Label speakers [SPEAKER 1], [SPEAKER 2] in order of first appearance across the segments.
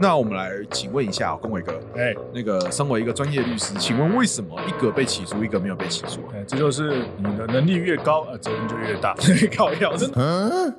[SPEAKER 1] 那我们来请问一下，龚伟哥，
[SPEAKER 2] 哎、
[SPEAKER 1] 那个身为一个专业律师，请问为什么一个被起诉，一个没有被起诉啊？
[SPEAKER 2] 哎，这就是你的能力越高，呃，责任就越大。 搞笑，真的。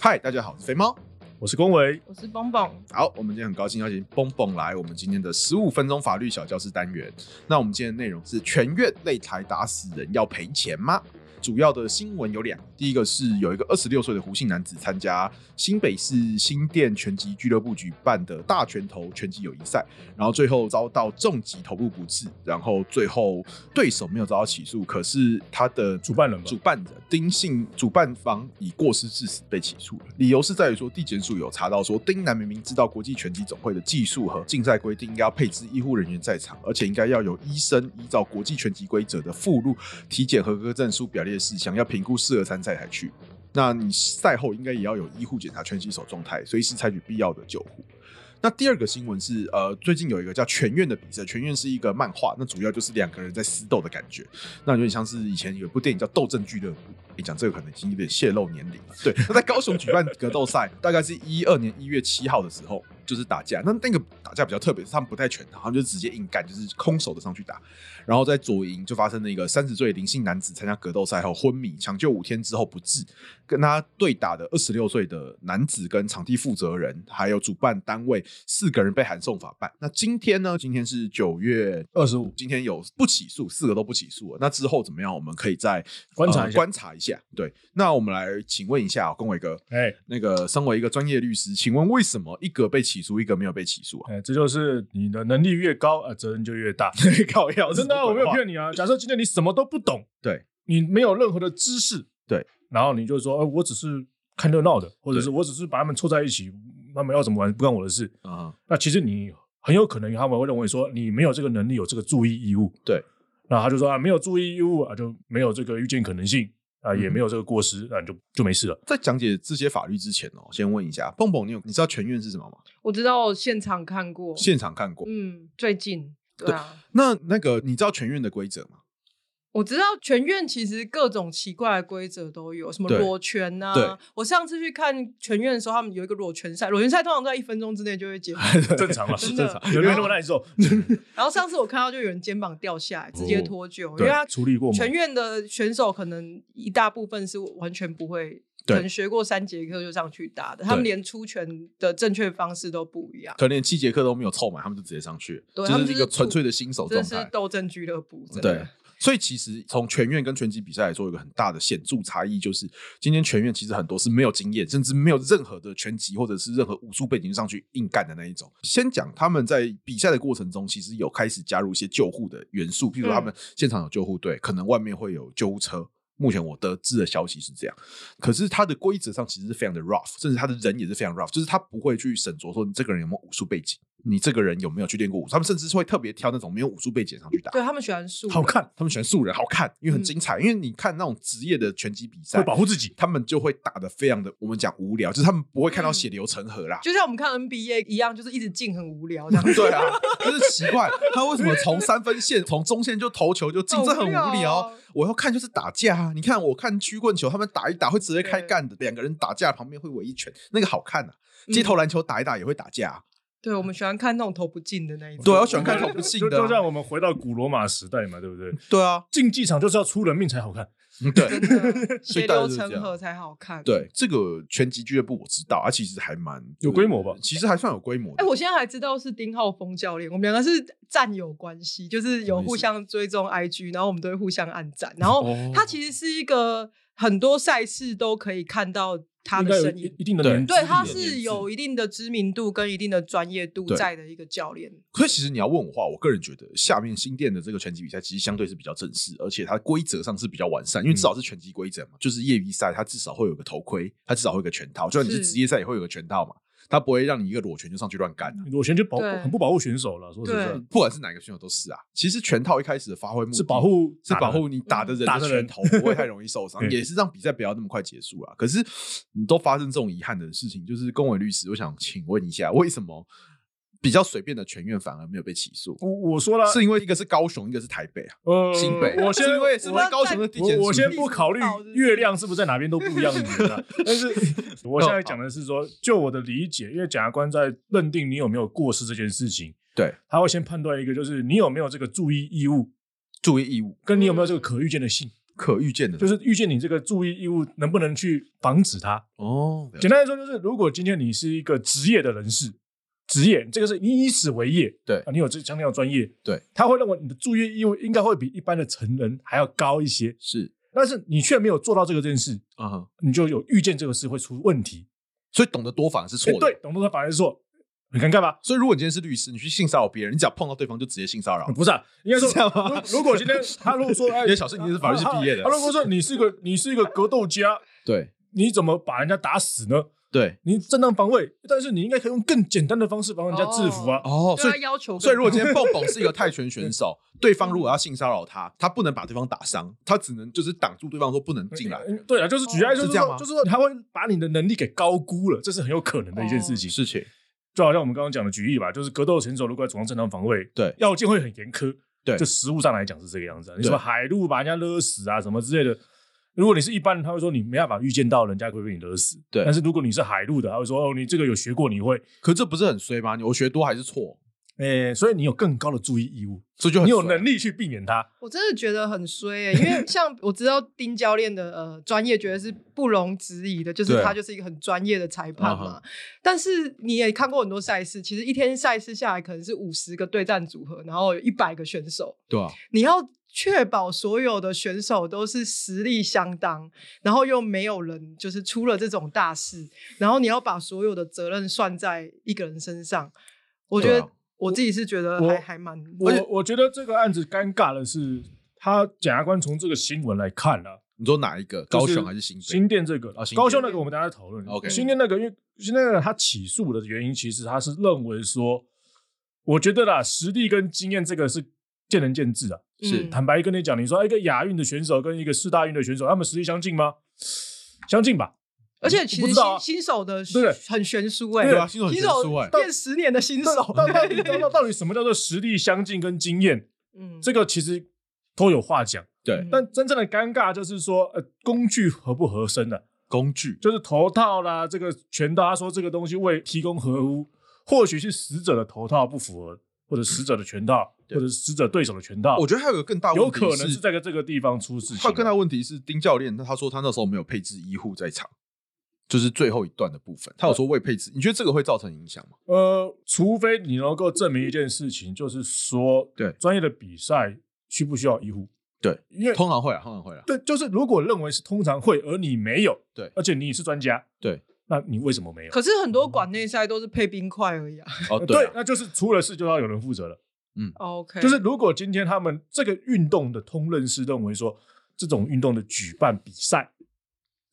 [SPEAKER 1] 嗨，大家好，我是肥猫。
[SPEAKER 2] 我是龚维，
[SPEAKER 3] 我是蹦蹦，
[SPEAKER 1] 好，我们今天很高兴邀请蹦蹦来我们今天的十五分钟法律小教室单元。那我们今天的内容是全院擂台打死人要赔钱吗？主要的新闻有两，第一个是有一个二十六岁的胡姓男子参加新北市新店拳击俱乐部举办的大拳头拳击友谊赛，然后最后遭到重击头部不治，然后最后对手没有遭到起诉，可是他的
[SPEAKER 2] 主办人吧
[SPEAKER 1] 主办人丁姓主办方以过失致死被起诉了，理由是在于说地检署有查到说丁男明明知道国际拳击总会的技术和竞赛规定应该要配置医护人员在场，而且应该要有医生依照国际拳击规则的附录体检合格证书表列事项，要评估适合参赛才去。那你赛后应该也要有医护检查拳击手状态，随时采取必要的救护。那第二个新闻是，呃，最近有一个叫《全院》的比赛，《全院》是一个漫画，那主要就是两个人在私斗的感觉，那有点像是以前有一部电影叫《斗争俱乐部》。你讲这个可能已经有点泄露年龄了。对，那在高雄举办格斗赛，大概是一二年一月七号的时候，就是打架。那那个打架比较特别，是他们不带拳套，他们就直接硬干，就是空手的上去打。然后在左营就发生了一个三十岁林姓男子参加格斗赛后昏迷，抢救五天之后不治，跟他对打的二十六岁的男子跟场地负责人还有主办单位四个人被函送法办。那今天呢？今天是九月
[SPEAKER 2] 25
[SPEAKER 1] 今天有不起诉，四个都不起诉了。那之后怎么样？我们可以再
[SPEAKER 2] 观察
[SPEAKER 1] 呃
[SPEAKER 2] 一下
[SPEAKER 1] 观察一下。对，那我们来请问一下、哦，龚伟哥，
[SPEAKER 2] 哎、
[SPEAKER 1] 那个身为一个专业律师，请问为什么一个被起诉，一个没有被起诉啊？
[SPEAKER 2] 哎、这就是你的能力越高，呃，责任就越大。
[SPEAKER 1] 搞笑
[SPEAKER 2] 真的啊、我没有骗你啊。假设今天你什么都不 懂，
[SPEAKER 1] 对，
[SPEAKER 2] 你没有任何的知识，
[SPEAKER 1] 对，
[SPEAKER 2] 然后你就说，呃，我只是看热闹的，或者
[SPEAKER 1] 对
[SPEAKER 2] 是我只是把他们凑在一起，嗯他们要怎么玩不关我的事。
[SPEAKER 1] 啊、
[SPEAKER 2] 那其实你很有可能他们会认为说你没有这个能力，有这个注意义务。
[SPEAKER 1] 对，
[SPEAKER 2] 那他就说啊，没有注意义务啊，就没有这个预见可能性啊，也
[SPEAKER 1] 嗯
[SPEAKER 2] 没有这个过失，那、你就就没事了。
[SPEAKER 1] 在讲解这些法律之前哦，先问一下，蹦蹦，你有你知道全院是什么吗？
[SPEAKER 3] 我知道我现场看过，
[SPEAKER 1] 现场看过。
[SPEAKER 3] 嗯，最近对啊，
[SPEAKER 1] 那那个你知道全院的规则吗？
[SPEAKER 3] 我知道全院其实各种奇怪的规则都有，什么
[SPEAKER 1] 对
[SPEAKER 3] 裸拳呐、
[SPEAKER 1] 对
[SPEAKER 3] 我上次去看全院的时候，他们有一个裸拳赛，裸拳赛通常在一分钟之内就会结束。
[SPEAKER 2] 正常了，
[SPEAKER 3] 真
[SPEAKER 2] 正
[SPEAKER 3] 的
[SPEAKER 2] 常，有没有那么难受？
[SPEAKER 3] 然后上次我看到就有人肩膀掉下来，直
[SPEAKER 1] 哦
[SPEAKER 3] 接脱臼，因
[SPEAKER 2] 对
[SPEAKER 3] 为他
[SPEAKER 2] 处理过吗
[SPEAKER 3] 全院的选手可能一大部分是完全不会。
[SPEAKER 1] 对
[SPEAKER 3] 可能学过三节课就上去打的，他们
[SPEAKER 1] 对
[SPEAKER 3] 连出拳的正确方式都不一样，
[SPEAKER 1] 可能连七节课都没有凑满，他们就直接上去了，
[SPEAKER 3] 对
[SPEAKER 1] 就
[SPEAKER 3] 他们
[SPEAKER 1] 是一
[SPEAKER 3] 就
[SPEAKER 1] 个
[SPEAKER 3] 是
[SPEAKER 1] 纯粹的新手
[SPEAKER 3] 这
[SPEAKER 1] 状
[SPEAKER 3] 是
[SPEAKER 1] 态。
[SPEAKER 3] 斗争俱乐部。真的
[SPEAKER 1] 对，所以其实从全院跟拳击比赛来说，有一个很大的显著差异，就是今天全院其实很多是没有经验，甚至没有任何的拳击或者是任何武术背景上去硬干的那一种。先讲他们在比赛的过程中，其实有开始加入一些救护的元素，譬如说他们现场有救护队，可能外面会有救护车。目前我得知的消息是这样，可是它的规则上其实是非常的 rough，甚至他的人也是非常 rough，就是他不会去审酌说你这个人有没有武术背景，你这个人有没有去练过武术，他们甚至是会特别挑那种没有武术背景上去打。
[SPEAKER 3] 对他们喜欢素人
[SPEAKER 2] 好看，
[SPEAKER 1] 他们喜欢素人，好看，因为很
[SPEAKER 3] 嗯
[SPEAKER 1] 精彩。因为你看那种职业的拳击比
[SPEAKER 2] 会
[SPEAKER 1] 赛，
[SPEAKER 2] 保护自己。
[SPEAKER 1] 他们就会打的非常的，我们讲无聊，就是他们不会看到
[SPEAKER 3] 嗯
[SPEAKER 1] 血流成河啦。
[SPEAKER 3] 就像我们看 NBA 一样，就是一直进很无聊这样子。
[SPEAKER 1] 对啊，就是奇怪，他为什么从三分线、从中线就投球就进，这很无
[SPEAKER 3] 好无
[SPEAKER 1] 聊
[SPEAKER 3] 聊。哦
[SPEAKER 1] 我要看就是打架啊！你看，我看曲棍球，他们打一打会直接开
[SPEAKER 3] 对
[SPEAKER 1] 干的，两个人打架旁边会围一圈，那个好看啊。
[SPEAKER 3] 嗯
[SPEAKER 1] 街头篮球打一打也会打架、啊，
[SPEAKER 3] 对，我们喜欢看那种投不进的那一种。
[SPEAKER 1] 对啊我喜欢看这种不幸
[SPEAKER 2] 就
[SPEAKER 1] 的啊
[SPEAKER 2] 就让我们回到古罗马时代嘛，对不对？
[SPEAKER 1] 对啊，
[SPEAKER 2] 竞技场就是要出人命才好看。
[SPEAKER 1] 嗯对，所以
[SPEAKER 3] 真的啊血
[SPEAKER 1] 大家
[SPEAKER 3] 流
[SPEAKER 1] 就是这
[SPEAKER 3] 成
[SPEAKER 1] 样
[SPEAKER 3] 河才好看。，
[SPEAKER 1] 对，这个拳击俱乐部我知道，啊，其实还蛮
[SPEAKER 2] 有规模吧
[SPEAKER 1] 其实还算有规模的。
[SPEAKER 3] 哎，我现在还知道是丁浩峰教练，我们两个是战友关系，就是有互相追踪 IG，然后我们都会互相暗赞。然后
[SPEAKER 1] 哦
[SPEAKER 3] 他其实是一个很多赛事都可以看到他
[SPEAKER 2] 应
[SPEAKER 3] 的
[SPEAKER 2] 该有
[SPEAKER 3] 身
[SPEAKER 2] 一
[SPEAKER 3] 影。
[SPEAKER 2] 一定的
[SPEAKER 1] 对
[SPEAKER 2] 年纪
[SPEAKER 3] 对，他
[SPEAKER 2] 的
[SPEAKER 1] 年纪
[SPEAKER 3] 是有一定的知名度跟一定的专业度
[SPEAKER 1] 对
[SPEAKER 3] 在的一个教练。
[SPEAKER 1] 可是其实你要问我话，我个人觉得下面新店的这个拳击比赛其实相对是比较正式，而且它规则上是比较完善，因为至
[SPEAKER 2] 嗯
[SPEAKER 1] 少是拳击规则嘛，就是业余赛它至少会有个头盔，它至少会有个拳套，就算你是
[SPEAKER 3] 是
[SPEAKER 1] 职业赛也会有个拳套嘛，它不会让你一个裸拳就上去乱干啊、
[SPEAKER 2] 裸拳就保
[SPEAKER 3] 对
[SPEAKER 2] 很不保护选手了，说实在
[SPEAKER 3] 对，
[SPEAKER 1] 不管是哪个选手都是啊。其实拳套一开始的发挥目的
[SPEAKER 2] 是保。护
[SPEAKER 1] 是保护你打的人
[SPEAKER 2] 打
[SPEAKER 1] 的
[SPEAKER 2] 的
[SPEAKER 1] 拳
[SPEAKER 2] 人
[SPEAKER 1] 头不会太容易受伤，
[SPEAKER 2] 对
[SPEAKER 1] 也是让比赛不要那么快结束啊。可是你都发生这种遗憾的事情，就是龚伟律师，我想请问一下，为什么比较随便的全院反而没有被起诉，
[SPEAKER 2] 我我说了，
[SPEAKER 1] 是因为一个是高雄，一个是台北啊。
[SPEAKER 2] 呃，
[SPEAKER 1] 新北，
[SPEAKER 2] 我先
[SPEAKER 1] 是因为是因为高雄的地
[SPEAKER 2] 我
[SPEAKER 1] 检署
[SPEAKER 2] 我先不考虑月亮是不是在哪边都不一样圆 啊，但是我
[SPEAKER 1] 哦
[SPEAKER 2] 现在讲的是说，就我的理解，因为检察官在认定你有没有过失这件事情，
[SPEAKER 1] 对
[SPEAKER 2] 他会先判断一个，就是你有没有这个注意义务，
[SPEAKER 1] 注意义务
[SPEAKER 2] 跟你有没
[SPEAKER 1] 嗯
[SPEAKER 2] 有这个可预见的性，
[SPEAKER 1] 可预见的，
[SPEAKER 2] 就是预见你这个注意义务能不能去防止它。
[SPEAKER 1] 哦，
[SPEAKER 2] 简单来说，就是如果今天你是一个职业的人士。职业，这个是你以此为业，
[SPEAKER 1] 对
[SPEAKER 2] 啊，你有这相应的专业，
[SPEAKER 1] 对，
[SPEAKER 2] 他会认为你的注意义务应该会比一般的成人还要高一些，
[SPEAKER 1] 是
[SPEAKER 2] 但是你却没有做到这个件事，
[SPEAKER 1] 啊哈，
[SPEAKER 2] 你就有预见这个事会出问题。
[SPEAKER 1] 所以懂得多反而是错
[SPEAKER 2] 哎
[SPEAKER 1] 的。
[SPEAKER 2] 对，董事长反而是错，很尴尬吧？
[SPEAKER 1] 所以如果你今天是律师，你去性骚扰别人，你只要碰到对方就直接性骚扰，
[SPEAKER 2] 不是、啊，应该说
[SPEAKER 1] 是这样吗，
[SPEAKER 2] 如如果 今天他如果说，哎，
[SPEAKER 1] 因为小盛你是法律系毕业的
[SPEAKER 2] 他他如果说你是个你是一个格斗家，
[SPEAKER 1] 对
[SPEAKER 2] 你怎么把人家打死呢？
[SPEAKER 1] 对。
[SPEAKER 2] 你正当防卫，但是你应该可以用更简单的方式把人家制服啊。
[SPEAKER 1] 哦，所
[SPEAKER 3] 对他
[SPEAKER 1] 以
[SPEAKER 3] 要求更高。
[SPEAKER 1] 所以如果今天蹦蹦是一个泰拳选 手，对方如果要性骚扰他，他不能把对方打伤，他只能就是挡住对方说不能进来。哦
[SPEAKER 2] 嗯对啊，就是举例来
[SPEAKER 1] 是
[SPEAKER 2] 说，就是
[SPEAKER 1] 这样吗
[SPEAKER 2] 说，就是说，他会把你的能力给高估了，这是很有可能的一件事情。
[SPEAKER 1] 事情
[SPEAKER 2] 就好像我们刚刚讲的举例吧，就是格斗选手如果要走上正当防卫，
[SPEAKER 1] 对
[SPEAKER 2] 要件会很严苛，
[SPEAKER 1] 对
[SPEAKER 2] 就实物上来讲是这个样子、啊。你
[SPEAKER 1] 对
[SPEAKER 2] 什么海陆把人家勒死啊，什么之类的。如果你是一般人，他会说你没办法预见到人家会被你勒死。
[SPEAKER 1] 对
[SPEAKER 2] 但是如果你是海陆的，他会说哦，你这个有学过，你会，
[SPEAKER 1] 可这不是很衰吗？你我学多还是错，
[SPEAKER 2] 诶、所以你有更高的注意义务，
[SPEAKER 1] 所以就很
[SPEAKER 2] 你有
[SPEAKER 1] 衰啊
[SPEAKER 2] 能力去避免它。
[SPEAKER 3] 我真的觉得很衰、欸，因 为像我知道丁教练的呃专业，觉得是不容置疑的，就是
[SPEAKER 1] 对
[SPEAKER 3] 他就是一个很专业的裁
[SPEAKER 1] 嗯
[SPEAKER 3] 判嘛。但是你也看过很多赛事，其实一天赛事下来可能是五十个对战组合，然后有一百个选手，
[SPEAKER 1] 对啊，
[SPEAKER 3] 你要确保所有的选手都是实力相当，然后又没有人就是出了这种大事，然后你要把所有的责任算在一个人身上，我觉
[SPEAKER 1] 对啊
[SPEAKER 3] 得我自己是觉得
[SPEAKER 2] 我
[SPEAKER 3] 还还蛮
[SPEAKER 2] 我我觉得这个案子尴尬的是，他检察官从这个新闻来看呢、啊，
[SPEAKER 1] 你说哪一个？
[SPEAKER 2] 就
[SPEAKER 1] 高
[SPEAKER 2] 是
[SPEAKER 1] 雄还是新北？
[SPEAKER 2] 新店这个
[SPEAKER 1] 啊新店
[SPEAKER 2] 高雄那个我们大家讨论。
[SPEAKER 1] OK
[SPEAKER 2] 新店那个，因为新店那个他起诉的原因，其实他是认为说，我觉得啦，实力跟经验这个是见仁见智啊。
[SPEAKER 1] 是
[SPEAKER 3] 嗯
[SPEAKER 2] 坦白跟你讲，你说哎一个亚运的选手跟一个四大运的选手，他们实力相近吗？相近 吧。
[SPEAKER 3] 而且其
[SPEAKER 2] 我不
[SPEAKER 3] 实
[SPEAKER 2] 知
[SPEAKER 3] 新、
[SPEAKER 2] 道啊
[SPEAKER 3] 新手的
[SPEAKER 2] 对
[SPEAKER 3] 很悬殊哎、
[SPEAKER 1] 对啊新手很
[SPEAKER 3] 新
[SPEAKER 1] 悬殊欸
[SPEAKER 3] 练十年的新
[SPEAKER 2] 到
[SPEAKER 1] 哦
[SPEAKER 3] 手，
[SPEAKER 2] 到到底到到底什么叫做实力相近跟经验？
[SPEAKER 3] 嗯，
[SPEAKER 2] 这个其实都有话讲。
[SPEAKER 1] 对，
[SPEAKER 2] 但真正的尴尬就是说，呃，工具合不合身啊呢、
[SPEAKER 1] 工具
[SPEAKER 2] 就是头套啦，这个拳套，他说这个东西为提供合乎，或许是死者的头套不符合，或者死者的拳套，
[SPEAKER 1] 对
[SPEAKER 2] 或者死者对手的拳套，
[SPEAKER 1] 我觉得还有个更大
[SPEAKER 2] 有
[SPEAKER 1] 问题
[SPEAKER 2] 可能是在个这个地方出事情
[SPEAKER 1] 他
[SPEAKER 2] 啊。
[SPEAKER 1] 更大问题是丁教练，他说他那时候没有配置医护在场，就是最后一段的部分，他有说未配置，你觉得这个会造成影响吗？
[SPEAKER 2] 呃，除非你能够证明一件事情，就是说，
[SPEAKER 1] 对
[SPEAKER 2] 专业的比赛需不需要医护？
[SPEAKER 1] 对，
[SPEAKER 2] 因为
[SPEAKER 1] 通常会啊，通常会啊，
[SPEAKER 2] 对，就是如果认为是通常会，而你没有，
[SPEAKER 1] 对
[SPEAKER 2] 而且你是专家，
[SPEAKER 1] 对，
[SPEAKER 2] 那你为什么没有？
[SPEAKER 3] 可是很多馆内赛都是配冰块而已啊。
[SPEAKER 1] 哦
[SPEAKER 2] 呃
[SPEAKER 1] 对啊，
[SPEAKER 2] 那就是出了事就要有人负责了。
[SPEAKER 3] OK，
[SPEAKER 2] 嗯就是如果今天他们这个运动的通认是认为说，这种运动的举办比赛，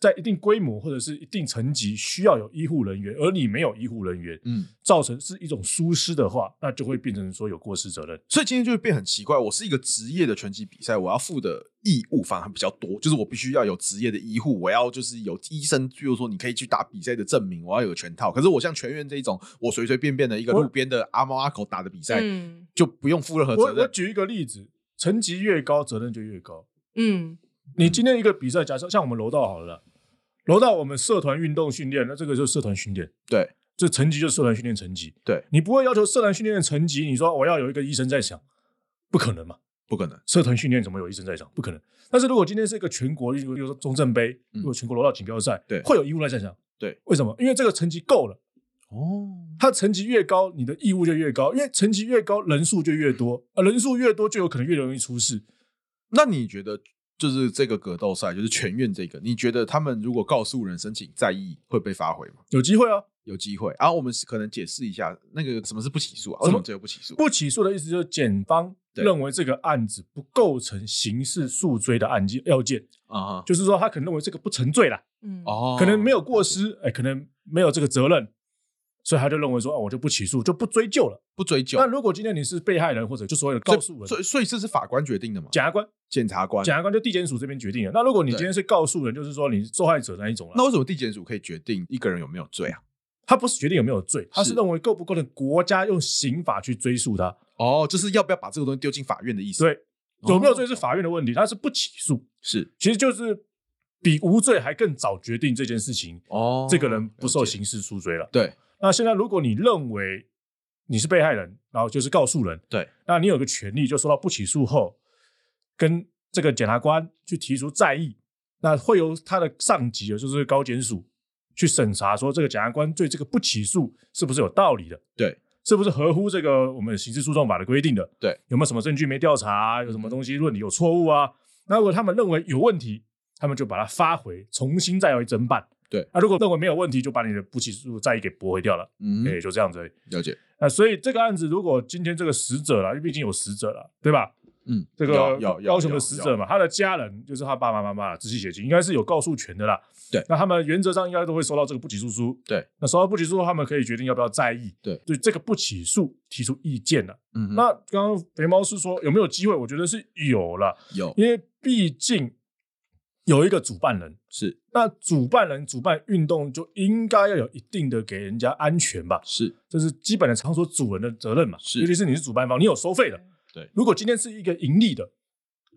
[SPEAKER 2] 在一定规模或者是一定层级需要有医护人员，而你没有医护人员，
[SPEAKER 1] 嗯，
[SPEAKER 2] 造成是一种疏失的话，那就会变成说有过失责任。
[SPEAKER 1] 所以今天就会变很奇怪，我是一个职业的拳击比赛，我要负的义务反而比较多，就是我必须要有职业的医护，我要就是有医生，譬如说你可以去打比赛的证明，我要有个拳套。可是我像全员这一种，我随随便便的一个
[SPEAKER 2] 我
[SPEAKER 1] 路边的阿猫阿狗打的比赛，
[SPEAKER 3] 嗯
[SPEAKER 1] 就不用负任何责
[SPEAKER 2] 我我
[SPEAKER 1] 任。
[SPEAKER 2] 举一个例子，层级越高，责任就越高。
[SPEAKER 3] 嗯
[SPEAKER 2] 你今天一个比赛，假设像我们柔道好了啦，柔道我们社团运动训练，那这个就是社团训练，
[SPEAKER 1] 对
[SPEAKER 2] 这成绩就是社团训练成绩。
[SPEAKER 1] 对，
[SPEAKER 2] 你不会要求社团训练的成绩，你说我要有一个医生在想，不可能嘛？
[SPEAKER 1] 不可能，
[SPEAKER 2] 社团训练怎么有医生在场？不可能。但是如果今天是一个全国，例如例如说中正杯，
[SPEAKER 1] 嗯
[SPEAKER 2] 如果全国柔道锦标赛，
[SPEAKER 1] 对
[SPEAKER 2] 会有义务在场。
[SPEAKER 1] 对，
[SPEAKER 2] 为什么？因为这个成绩够了，
[SPEAKER 1] 哦，
[SPEAKER 2] 它成绩越高，你的义务就越高，因为成绩越高，人数就越多，呃，人数越多就有可能越容易出事。
[SPEAKER 1] 那你觉得就是这个格斗赛，就是全院这个，你觉得他们如果告诉人申请在意会被发回吗？
[SPEAKER 2] 有机会啊，
[SPEAKER 1] 有机会。然、后我们可能解释一下那个什么是不起诉啊？为
[SPEAKER 2] 什么
[SPEAKER 1] 什么这个不起诉？
[SPEAKER 2] 不起诉的意思就是检方
[SPEAKER 1] 对
[SPEAKER 2] 认为这个案子不构成刑事诉追的案件要件，
[SPEAKER 1] 啊哈、
[SPEAKER 2] 就是说他可能认为这个不成罪啦，
[SPEAKER 3] 嗯，
[SPEAKER 1] 哦，
[SPEAKER 2] 可能没有过失，哎、可能没有这个责任，所以他就认为说，哦，我就不起诉，就不追究了。
[SPEAKER 1] 不追究
[SPEAKER 2] 那。如果今天你是被害人，或者就所有的告诉人、
[SPEAKER 1] 所以所以这是法官决定的嘛？
[SPEAKER 2] 检察官、
[SPEAKER 1] 检察官。
[SPEAKER 2] 检察官就地检署这边决定了。那如果你
[SPEAKER 1] 对
[SPEAKER 2] 今天是告诉人，就是说你是受害者那一种了，
[SPEAKER 1] 那为什么地检署可以决定一个人有没有罪啊？
[SPEAKER 2] 他不是决定有没有罪，他是
[SPEAKER 1] 是
[SPEAKER 2] 认为构不构成国家用刑法去追诉他。
[SPEAKER 1] 哦，就是要不要把这个东西丢进法院的意思？，
[SPEAKER 2] 对，
[SPEAKER 1] 哦
[SPEAKER 2] 有没有罪是法院的问题，他是不起诉，
[SPEAKER 1] 是
[SPEAKER 2] 其实就是比无罪还更早决定这件事情，
[SPEAKER 1] 哦
[SPEAKER 2] 这个人不受
[SPEAKER 1] 了解
[SPEAKER 2] 刑事诉追了。
[SPEAKER 1] 对
[SPEAKER 2] 那现在如果你认为你是被害人，然后就是告诉人，
[SPEAKER 1] 对，
[SPEAKER 2] 那你有个权利，就说到不起诉后，跟这个检察官去提出再议，那会由他的上级，也就是高检署去审查，说这个检察官对这个不起诉是不是有道理的，
[SPEAKER 1] 对，
[SPEAKER 2] 是不是合乎这个我们刑事诉讼法的规定的，
[SPEAKER 1] 对，嗯
[SPEAKER 2] 有没有什么证据没调查啊、有什么东西论理有错误啊？那如果他们认为有问题，他们就把它发回，重新再来侦办。
[SPEAKER 1] 对
[SPEAKER 2] 那、如果认为没有问题，就把你的不起诉再议给驳回掉了。
[SPEAKER 1] 嗯
[SPEAKER 2] 哎、，就这样子而已。
[SPEAKER 1] 了解，
[SPEAKER 2] 那所以这个案子，如果今天这个死者啦，因为毕竟有死者了，对吧？
[SPEAKER 1] 嗯，
[SPEAKER 2] 这
[SPEAKER 1] 要
[SPEAKER 2] 个
[SPEAKER 1] 要要
[SPEAKER 2] 高雄的死者
[SPEAKER 1] 要
[SPEAKER 2] 嘛，他的家人就是他爸爸妈妈啦直系血亲，应该是有告诉权的啦。
[SPEAKER 1] 对
[SPEAKER 2] 那他们原则上应该都会收到这个不起诉书。
[SPEAKER 1] 对，
[SPEAKER 2] 那收到不起诉，后，他们可以决定要不要再议。
[SPEAKER 1] 对
[SPEAKER 2] 对这个不起诉提出意见了。
[SPEAKER 1] 嗯哼，
[SPEAKER 2] 那刚刚肥猫是说有没有机会？我觉得是有了，
[SPEAKER 1] 有
[SPEAKER 2] 因为毕竟有一个主办人，
[SPEAKER 1] 是
[SPEAKER 2] 那主办人主办运动就应该要有一定的给人家安全吧。
[SPEAKER 1] 是
[SPEAKER 2] 这是基本的场所主人的责任嘛，
[SPEAKER 1] 是
[SPEAKER 2] 尤其是你是主办方，你有收费的，
[SPEAKER 1] 对
[SPEAKER 2] 如果今天是一个盈利的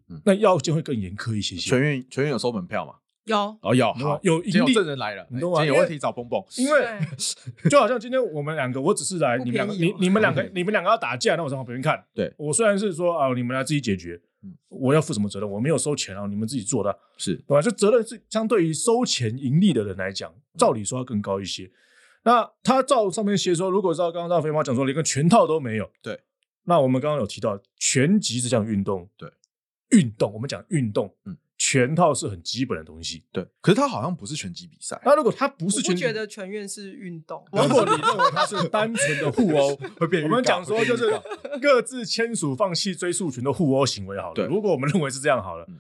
[SPEAKER 1] 嗯，
[SPEAKER 2] 那要件会更严苛一些些
[SPEAKER 1] 全，院全院有收门票嘛？
[SPEAKER 3] 有，
[SPEAKER 1] 哦，有
[SPEAKER 2] 你懂吗
[SPEAKER 1] 好，
[SPEAKER 2] 有
[SPEAKER 1] 今天
[SPEAKER 2] 盈
[SPEAKER 1] 有
[SPEAKER 2] 利，
[SPEAKER 1] 证人来了，哎
[SPEAKER 2] 你
[SPEAKER 1] 今
[SPEAKER 2] 懂吗
[SPEAKER 1] 天有
[SPEAKER 2] 啊因为
[SPEAKER 1] 问题找蹦蹦，
[SPEAKER 2] 因为
[SPEAKER 3] 对，
[SPEAKER 2] 就好像今天我们两个，我只是来，
[SPEAKER 3] 不
[SPEAKER 2] 你们两个，
[SPEAKER 3] 便宜
[SPEAKER 2] 你
[SPEAKER 3] 哦
[SPEAKER 2] 你们两个，你们两个要打架，那我在旁边看。
[SPEAKER 1] 对
[SPEAKER 2] 我虽然是说啊，你们来自己解决
[SPEAKER 1] 嗯，
[SPEAKER 2] 我要负什么责任？我没有收钱啊，你们自己做的啊，
[SPEAKER 1] 是
[SPEAKER 2] 对吧？这责任是相对于收钱盈利的人来讲，照理说要更高一些。那他照上面写说，如果照刚刚大肥猫讲说，连个全套都没有，
[SPEAKER 1] 对。
[SPEAKER 2] 那我们刚刚有提到拳击这项运动，
[SPEAKER 1] 对
[SPEAKER 2] 运动，我们讲运动，
[SPEAKER 1] 嗯，
[SPEAKER 2] 全套是很基本的东西。
[SPEAKER 1] 对，可是他好像不是拳击比赛，
[SPEAKER 2] 那如果他不是
[SPEAKER 3] 我不
[SPEAKER 2] 拳击，
[SPEAKER 3] 觉得全院是运动，
[SPEAKER 2] 如果你认为它是单纯的互 殴，
[SPEAKER 1] 会变
[SPEAKER 2] 我
[SPEAKER 1] 预告
[SPEAKER 2] 们讲说
[SPEAKER 1] 会
[SPEAKER 2] 就
[SPEAKER 1] 变预
[SPEAKER 2] 是
[SPEAKER 1] 告
[SPEAKER 2] 各自签署放弃追诉权的互殴行为好了。
[SPEAKER 1] 对
[SPEAKER 2] 如果我们认为是这样好了
[SPEAKER 1] 嗯，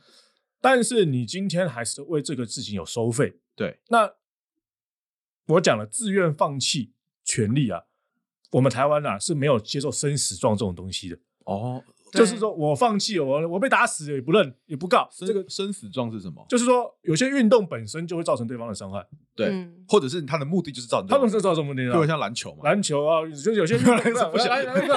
[SPEAKER 2] 但是你今天还是为这个事情有收费，
[SPEAKER 1] 对，
[SPEAKER 2] 那我讲了自愿放弃权利啊，我们台湾啊是没有接受生死状这种东西的，
[SPEAKER 1] 哦，
[SPEAKER 3] 对
[SPEAKER 2] 就是说我放弃，我我被打死也不认也不告，
[SPEAKER 1] 生
[SPEAKER 2] 这个
[SPEAKER 1] 生死状是什么？
[SPEAKER 2] 就是说有些运动本身就会造成对方的伤害，
[SPEAKER 1] 对，
[SPEAKER 3] 嗯
[SPEAKER 1] 或者是他的目的就是造成
[SPEAKER 2] 他们是造成什么呢？
[SPEAKER 1] 就会像篮球嘛，
[SPEAKER 2] 篮球啊，就是有些运动不是篮篮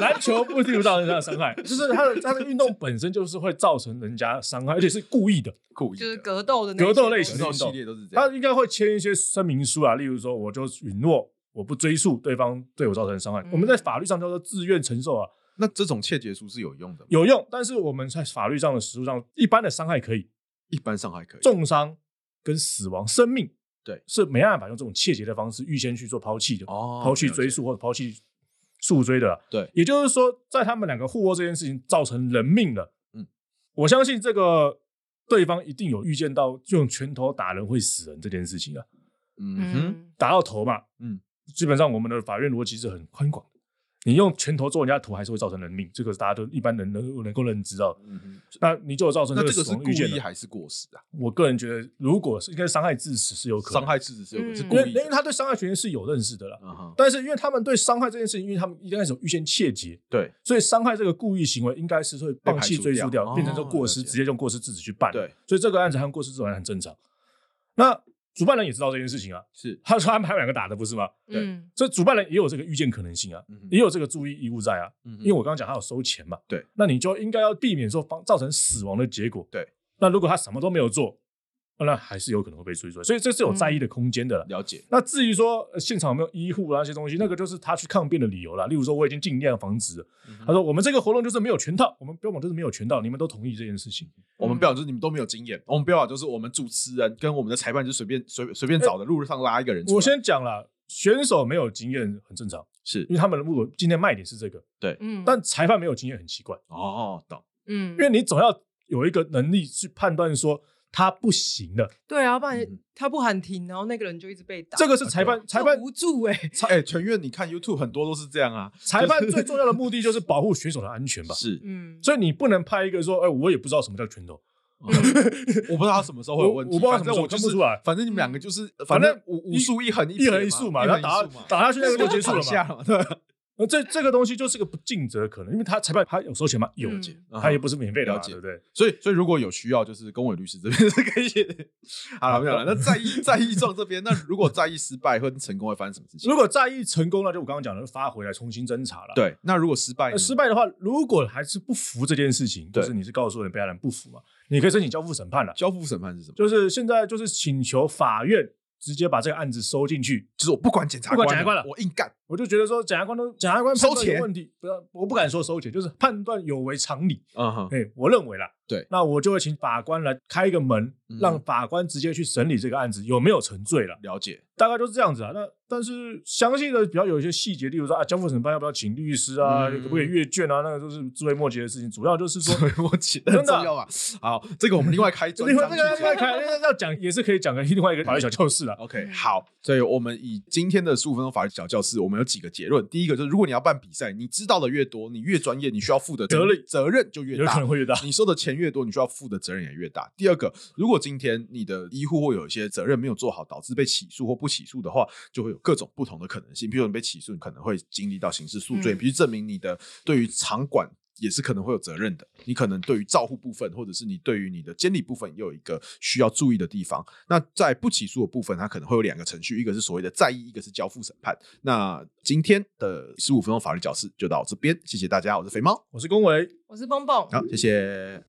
[SPEAKER 2] 篮球不一定会造成人家的伤害，就是他的他的运动本身就是会造成人家伤害，而且是故意的。
[SPEAKER 1] 酷一
[SPEAKER 3] 就是
[SPEAKER 1] 个
[SPEAKER 3] 格斗的那些
[SPEAKER 2] 格斗类
[SPEAKER 3] 东
[SPEAKER 2] 型
[SPEAKER 1] 格
[SPEAKER 3] 西
[SPEAKER 1] 斗
[SPEAKER 2] 运动
[SPEAKER 1] 系列都是这
[SPEAKER 2] 他
[SPEAKER 1] 样，
[SPEAKER 2] 应该会签一些声明书啊，例如说我就允诺我不追溯对方对我造成的伤害，
[SPEAKER 3] 嗯
[SPEAKER 2] 我们在法律上叫做自愿承受啊，
[SPEAKER 1] 那这种切结书是有用的吗，
[SPEAKER 2] 有用，但是我们在法律上的实务上，一般的伤害可以，
[SPEAKER 1] 一般上还可以，
[SPEAKER 2] 重伤跟死亡、生命，
[SPEAKER 1] 对
[SPEAKER 2] 是没办法用这种窃节的方式预先去做抛弃的，
[SPEAKER 1] 哦
[SPEAKER 2] 抛弃追溯或者抛弃诉追的啦。
[SPEAKER 1] 对
[SPEAKER 2] 也就是说，在他们两个互殴这件事情造成人命了。
[SPEAKER 1] 嗯，
[SPEAKER 2] 我相信这个对方一定有预见到用拳头打人会死人这件事情啊，
[SPEAKER 1] 嗯哼，
[SPEAKER 3] 嗯，
[SPEAKER 2] 打到头嘛，
[SPEAKER 1] 嗯，
[SPEAKER 2] 基本上我们的法院逻辑是很宽广的。你用拳头揍人家头，还是会造成人命，这个大家都一般人能能够认知到。
[SPEAKER 1] 嗯哼，
[SPEAKER 2] 那你就有造成
[SPEAKER 1] 那这
[SPEAKER 2] 死
[SPEAKER 1] 个是
[SPEAKER 2] 亡
[SPEAKER 1] 故
[SPEAKER 2] 预见
[SPEAKER 1] 意
[SPEAKER 2] 的。
[SPEAKER 1] 还是过失啊？
[SPEAKER 2] 我个人觉得，如果是应该伤害致死是有可能
[SPEAKER 1] 伤
[SPEAKER 2] 的，
[SPEAKER 1] 害致死是有可能是
[SPEAKER 3] 嗯
[SPEAKER 1] 故
[SPEAKER 2] 因为
[SPEAKER 1] 意
[SPEAKER 2] 因为
[SPEAKER 1] 的，
[SPEAKER 2] 他对伤害权是有认识的啦。
[SPEAKER 1] 嗯哼，
[SPEAKER 2] 但是因为他们对伤害这件事情，因为他们一开始有预先切结，
[SPEAKER 1] 对
[SPEAKER 2] 所以伤害这个故意行为应该是会放弃追溯
[SPEAKER 1] 被排除
[SPEAKER 2] 掉，
[SPEAKER 1] 掉
[SPEAKER 2] 变成说过
[SPEAKER 1] 哦
[SPEAKER 2] 失，
[SPEAKER 1] 了解
[SPEAKER 2] 直接用过失致死去办。
[SPEAKER 1] 对，
[SPEAKER 2] 所以这个案子和过失致死完全很正常。那主办人也知道这件事情啊，
[SPEAKER 1] 是，
[SPEAKER 2] 他说他们还有两个打的不是吗？
[SPEAKER 1] 对
[SPEAKER 3] 嗯
[SPEAKER 2] 所以主办人也有这个预见可能性啊，
[SPEAKER 1] 嗯哼
[SPEAKER 2] 也有这个注意义务在啊。
[SPEAKER 1] 嗯哼
[SPEAKER 2] 因为我刚刚讲他有收钱嘛，
[SPEAKER 1] 对，
[SPEAKER 2] 那你就应该要避免说方造成死亡的结果。
[SPEAKER 1] 对，
[SPEAKER 2] 那如果他什么都没有做，那还是有可能会被追溯，所以这是有在意的空间的啦。
[SPEAKER 1] 了解，
[SPEAKER 2] 那至于说、呃现场有没有医护啊那些东西，那个就是他去抗辩的理由啦。例如说，我已经尽量防止了。
[SPEAKER 1] 嗯哼
[SPEAKER 2] 他说，我们这个活动就是没有全套，我们标榜就是没有全套，你们都同意这件事情。
[SPEAKER 1] 我们标榜就是你们都没有经验，我们标榜就是我们主持人跟我们的裁判就随便随随便找的路上拉一个人出来，
[SPEAKER 2] 哎我先讲了，选手没有经验很正常，
[SPEAKER 1] 是
[SPEAKER 2] 因为他们如果今天卖点是这个，
[SPEAKER 3] 嗯，
[SPEAKER 2] 但裁判没有经验很奇怪，
[SPEAKER 1] 哦，懂，
[SPEAKER 3] 嗯
[SPEAKER 2] 因为你总要有一个能力去判断说他不行了，
[SPEAKER 3] 对啊，不然
[SPEAKER 1] 嗯
[SPEAKER 3] 他不喊停，然后那个人就一直被打，
[SPEAKER 2] 这个是裁判裁判
[SPEAKER 3] 无助哎，
[SPEAKER 1] 哎，全院你看 YouTube 很多都是这样啊，
[SPEAKER 2] 裁判最重要的目的就是保护选手的安全吧。
[SPEAKER 1] 是
[SPEAKER 3] 嗯，
[SPEAKER 2] 所以你不能派一个说，哎、我也不知道什么叫拳头，
[SPEAKER 3] 嗯
[SPEAKER 1] 我不知道他什么时候会有问题，
[SPEAKER 2] 我我不知道
[SPEAKER 1] 反正
[SPEAKER 2] 什么时候
[SPEAKER 1] 我就
[SPEAKER 2] 看不
[SPEAKER 1] 是
[SPEAKER 2] 出来
[SPEAKER 1] 反正你们两个就是，
[SPEAKER 2] 反正
[SPEAKER 1] 武武术一横
[SPEAKER 2] 一横
[SPEAKER 1] 撇
[SPEAKER 2] 一
[SPEAKER 1] 嘛
[SPEAKER 2] 竖嘛，
[SPEAKER 1] 一
[SPEAKER 2] 然
[SPEAKER 1] 横
[SPEAKER 2] 后打
[SPEAKER 1] 一竖嘛，
[SPEAKER 2] 打下去那个就结束了
[SPEAKER 1] 躺
[SPEAKER 2] 嘛啊
[SPEAKER 1] 下。了嘛，对，
[SPEAKER 2] 那这这个东西就是个不尽责可能，因为他裁判他有收钱吗？有，
[SPEAKER 3] 嗯
[SPEAKER 2] 他也不是免费的嘛，
[SPEAKER 1] 了解
[SPEAKER 2] 对不对？
[SPEAKER 1] 所以，所以如果有需要，就是公委律师这边 是可以。好了，不讲了。那在意在意状这边，那如果在意失败或成功，会发生什么事情
[SPEAKER 2] 如？果再议成功了，就我刚刚讲的，就发回来重新侦查了。，
[SPEAKER 1] 对，那如果失败呢，
[SPEAKER 2] 呃失败的话，如果还是不服这件事情，就
[SPEAKER 1] 对
[SPEAKER 2] 是你是告诉人被害人不服嘛，你可以申请交付审判了。
[SPEAKER 1] 交付审判是什么？
[SPEAKER 2] 就是现在就是请求法院直接把这个案子收进去。
[SPEAKER 1] 就是我不管检察
[SPEAKER 2] 不
[SPEAKER 1] 官了，
[SPEAKER 2] 管检察官了
[SPEAKER 1] 我硬干。
[SPEAKER 2] 我就觉得说，检察官都检察官判断
[SPEAKER 1] 收钱
[SPEAKER 2] 有问题，不要，我不敢说收钱，就是判断有违常理。
[SPEAKER 1] 嗯哼，
[SPEAKER 2] 哎、我认为啦，
[SPEAKER 1] 对
[SPEAKER 2] 那我就会请法官来开一个门，
[SPEAKER 1] 嗯
[SPEAKER 2] 让法官直接去审理这个案子有没有成罪了，
[SPEAKER 1] 了解。
[SPEAKER 2] 大概就是这样子啊。那但是详细的比较有一些细节，例如说啊，交付审判要不要请律师啊，
[SPEAKER 1] 嗯
[SPEAKER 2] 可不可以阅卷啊，那个都是枝微末节的事情。主要就是说，
[SPEAKER 1] 所以我觉得
[SPEAKER 2] 真
[SPEAKER 1] 很
[SPEAKER 2] 的
[SPEAKER 1] 重要啊。好，这个我们另外开专
[SPEAKER 2] 另外
[SPEAKER 1] 章哦
[SPEAKER 2] 这
[SPEAKER 1] 去
[SPEAKER 2] 个另外
[SPEAKER 1] 讲。
[SPEAKER 2] 开要讲也是可以讲个另外一个法律小教室啦。
[SPEAKER 1] OK，好，所以我们以今天的十五分钟法律小教室，我们有几个结论。第一个就是，如果你要办比赛，你知道的越多，你越专业，你需要负的
[SPEAKER 2] 责任
[SPEAKER 1] 责任就越
[SPEAKER 2] 有
[SPEAKER 1] 大
[SPEAKER 2] 可能。会遇到。
[SPEAKER 1] 你收的钱越多，你需要负的责任也越大。第二个，如果今天你的医护或有一些责任没有做好，导致被起诉或不起诉的话，就会有各种不同的可能性。比如你被起诉，你可能会经历到刑事诉罪，
[SPEAKER 3] 嗯
[SPEAKER 1] 必须证明你的对于场馆。也是可能会有责任的，你可能对于照护部分，或者是你对于你的监理部分，也有一个需要注意的地方。那在不起诉的部分，它可能会有两个程序，一个是所谓的在意，一个是交付审判。那今天的十五分钟法律教室就到这边，谢谢大家，我是肥猫，
[SPEAKER 2] 我是龚维，
[SPEAKER 3] 我是蹦蹦，
[SPEAKER 1] 好，谢谢。